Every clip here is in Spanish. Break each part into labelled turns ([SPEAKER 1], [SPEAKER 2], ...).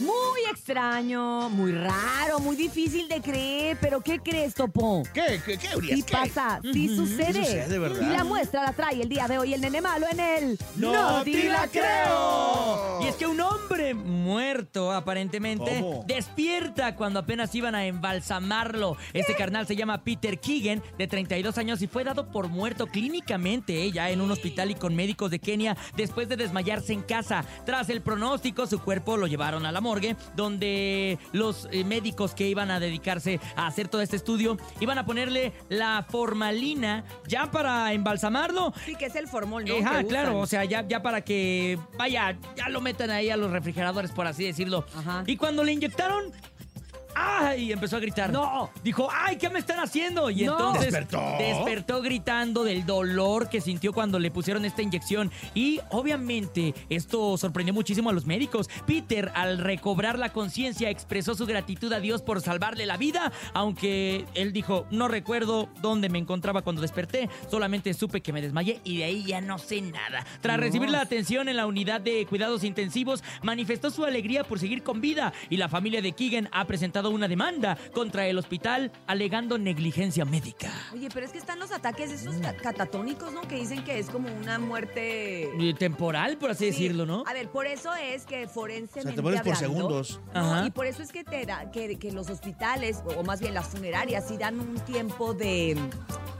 [SPEAKER 1] Muy extraño, muy raro, muy difícil de creer, pero ¿qué crees, Topo?
[SPEAKER 2] ¿Qué? ¿Qué, qué Urias?
[SPEAKER 1] Sí
[SPEAKER 2] ¿Qué?
[SPEAKER 1] pasa, sí
[SPEAKER 2] Ujú,
[SPEAKER 1] sucede.
[SPEAKER 2] sí sucede, ¿verdad?
[SPEAKER 1] Y la muestra la trae el día de hoy el nene malo en el...
[SPEAKER 2] te la creo!
[SPEAKER 3] Y es que un hombre muerto, aparentemente,
[SPEAKER 2] ¿Cómo?
[SPEAKER 3] despierta cuando apenas iban a embalsamarlo. Este carnal se llama Peter Keegan, de 32 años, y fue dado por muerto clínicamente eh, ya en un hospital y con médicos de Kenia después de desmayarse en casa. Tras el pronóstico, su cuerpo lo llevaron a la morgue, donde los eh, médicos que iban a dedicarse a hacer todo este estudio iban a ponerle la formalina ya para embalsamarlo.
[SPEAKER 1] Sí, que es el formol,
[SPEAKER 2] Eh, ah,
[SPEAKER 1] ¿no?
[SPEAKER 3] Ajá,
[SPEAKER 1] Que
[SPEAKER 3] claro, o
[SPEAKER 1] usan.
[SPEAKER 3] sea, ya, ya para que, vaya, ya lo metan ahí a los refrigeradores, por así decirlo.
[SPEAKER 1] Ajá.
[SPEAKER 3] Y cuando le inyectaron, ¡ay! Empezó a gritar.
[SPEAKER 1] No.
[SPEAKER 3] Dijo, ¡ay, qué me están haciendo! Y
[SPEAKER 1] No.
[SPEAKER 3] entonces
[SPEAKER 2] Despertó.
[SPEAKER 3] despertó gritando del dolor que sintió cuando le pusieron esta inyección. Y obviamente esto sorprendió muchísimo a los médicos. Peter, al recobrar la conciencia, expresó su gratitud a Dios por salvarle la vida, aunque él dijo, no recuerdo dónde me encontraba cuando desperté, solamente supe que me desmayé y de ahí ya no sé nada. Tras recibir la atención en la unidad de cuidados intensivos, manifestó su alegría por seguir con vida y la familia de Keegan ha presentado una demanda contra el hospital alegando negligencia médica.
[SPEAKER 1] Oye, pero es que están los ataques
[SPEAKER 2] Mm.
[SPEAKER 1] esos ca- catatónicos, ¿no? Que dicen que es como una muerte...
[SPEAKER 3] Eh, Temporal, por así
[SPEAKER 1] Sí.
[SPEAKER 3] decirlo, ¿no?
[SPEAKER 1] A ver, por eso es que forensemente
[SPEAKER 2] O sea, te mueres por
[SPEAKER 1] hablando,
[SPEAKER 2] segundos.
[SPEAKER 1] no,
[SPEAKER 3] Ajá.
[SPEAKER 1] y por eso es que, te da, que, que los hospitales, o, o más bien las funerarias, sí dan un tiempo de,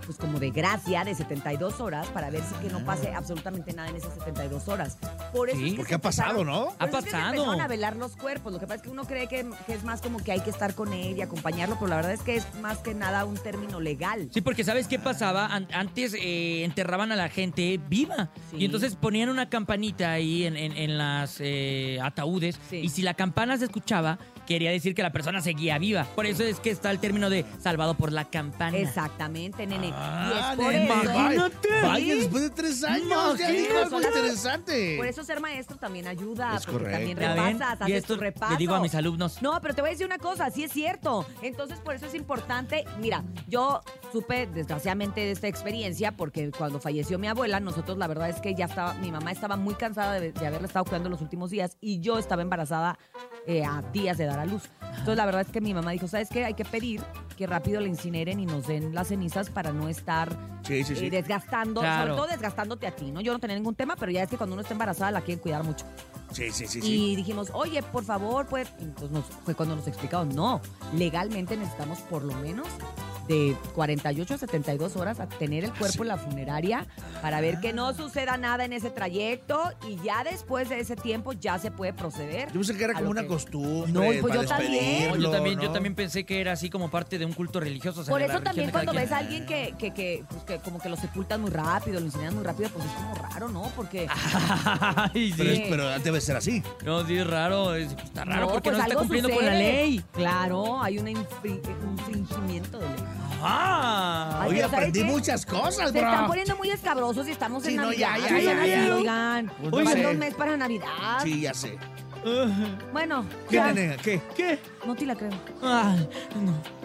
[SPEAKER 1] pues como de gracia, de 72 horas, para ver si que no pase absolutamente nada en esas 72 horas. Por eso
[SPEAKER 3] Ah. Sí.
[SPEAKER 1] es que
[SPEAKER 2] Porque
[SPEAKER 1] se
[SPEAKER 2] ha pasado,
[SPEAKER 1] empezaron-
[SPEAKER 2] ¿no?
[SPEAKER 1] por
[SPEAKER 3] Ha
[SPEAKER 1] eso es que se
[SPEAKER 3] pasado.
[SPEAKER 1] empezaron a velar los cuerpos. Lo que pasa es que uno cree que, que es más como que hay que estar con él y acompañarlo, pero la verdad es que es más que nada un término legal.
[SPEAKER 3] Sí, porque ¿sabes qué pasaba? An- antes eh, enterraban a la gente viva.
[SPEAKER 1] Sí.
[SPEAKER 3] Y entonces ponían una campanita ahí en, en- en las eh, ataúdes.
[SPEAKER 1] Sí.
[SPEAKER 3] Y si la campana se escuchaba, quería decir que la persona seguía viva. Por eso es que está el término de salvado por la campana.
[SPEAKER 1] Exactamente, nene.
[SPEAKER 2] Ah,
[SPEAKER 1] y es por
[SPEAKER 2] nene,
[SPEAKER 1] eso.
[SPEAKER 2] imagínate. Vaya,
[SPEAKER 1] Sí.
[SPEAKER 2] después de tres años, ya dijo algo
[SPEAKER 1] Imagínate.
[SPEAKER 2] interesante.
[SPEAKER 1] Por eso ser maestro también ayuda,
[SPEAKER 2] Es
[SPEAKER 1] porque también
[SPEAKER 2] correcto.
[SPEAKER 3] ¿Ya ven?
[SPEAKER 1] repasas,
[SPEAKER 3] y
[SPEAKER 1] haces
[SPEAKER 3] esto
[SPEAKER 1] tu repaso.
[SPEAKER 3] le digo a mis alumnos.
[SPEAKER 1] No, pero te voy a decir una cosa, sí es cierto. Entonces, por eso es importante. Mira, yo supe desgraciadamente de esta experiencia porque cuando falleció mi abuela, nosotros la verdad es que ya estaba, mi mamá estaba muy cansada de, de haberla estado cuidando los últimos días y yo estaba embarazada eh, a días de dar a luz. Entonces, la verdad es que mi mamá dijo, ¿sabes qué? Hay que pedir que rápido la incineren y nos den las cenizas para no estar
[SPEAKER 2] Sí, sí,
[SPEAKER 1] eh,
[SPEAKER 2] sí.
[SPEAKER 1] desgastando,
[SPEAKER 3] Claro.
[SPEAKER 1] sobre todo desgastándote a ti, ¿no? Yo no tenía ningún tema, pero ya es que cuando uno está embarazada la quieren cuidar mucho.
[SPEAKER 2] Sí, sí, sí, sí.
[SPEAKER 1] Y dijimos, oye, por favor, pues, entonces nos- fue cuando nos explicaron, no, legalmente necesitamos por lo menos de 48 a 72 horas a tener el cuerpo en la funeraria para ver que
[SPEAKER 3] Ah.
[SPEAKER 1] no suceda nada en ese trayecto y ya después de ese tiempo ya se puede proceder.
[SPEAKER 3] pues,
[SPEAKER 2] Yo pensé que era
[SPEAKER 1] a
[SPEAKER 2] como
[SPEAKER 1] lo
[SPEAKER 2] una
[SPEAKER 1] que-
[SPEAKER 2] costumbre.
[SPEAKER 1] No, pues
[SPEAKER 2] para
[SPEAKER 1] yo también.
[SPEAKER 2] despedirlo,
[SPEAKER 3] No, yo también, yo
[SPEAKER 2] ¿no?
[SPEAKER 3] también pensé que era así como parte de un culto religioso. o sea,
[SPEAKER 1] Por
[SPEAKER 3] de la
[SPEAKER 1] eso
[SPEAKER 3] religión
[SPEAKER 1] también
[SPEAKER 3] de cada
[SPEAKER 1] cuando
[SPEAKER 3] quien.
[SPEAKER 1] ves a alguien que, que, que, pues, que como que lo sepultan muy rápido, lo incineran muy rápido, pues es como raro, ¿no? Porque...
[SPEAKER 3] Ah, Ay, sí.
[SPEAKER 2] Pero, es-
[SPEAKER 1] Sí.
[SPEAKER 2] pero debe ser así.
[SPEAKER 3] No, sí, es raro. es- está raro porque
[SPEAKER 1] pues
[SPEAKER 3] no está
[SPEAKER 1] algo
[SPEAKER 3] cumpliendo con la
[SPEAKER 1] sucede.
[SPEAKER 3] ley.
[SPEAKER 1] Claro, hay un infringimiento de ley.
[SPEAKER 3] Ah.
[SPEAKER 1] Ay,
[SPEAKER 2] Oye,
[SPEAKER 1] pero ¿sabes
[SPEAKER 2] aprendí
[SPEAKER 1] qué?
[SPEAKER 2] muchas cosas,
[SPEAKER 1] Se
[SPEAKER 2] bro.
[SPEAKER 1] están poniendo muy escabrosos y estamos
[SPEAKER 2] Sí,
[SPEAKER 1] en
[SPEAKER 2] no, ya,
[SPEAKER 1] Navidad.
[SPEAKER 2] ya,
[SPEAKER 1] Oigan,
[SPEAKER 2] ya,
[SPEAKER 1] así,
[SPEAKER 2] ya.
[SPEAKER 1] Oigan,
[SPEAKER 2] Pues
[SPEAKER 3] no
[SPEAKER 1] falta
[SPEAKER 3] sé.
[SPEAKER 1] un mes para Navidad.
[SPEAKER 2] Sí, ya sé.
[SPEAKER 1] Bueno,
[SPEAKER 2] ¿Qué,
[SPEAKER 1] ya,
[SPEAKER 2] nene? ¿Qué?
[SPEAKER 3] ¿Qué?
[SPEAKER 1] no te la creo.
[SPEAKER 3] Ah, no.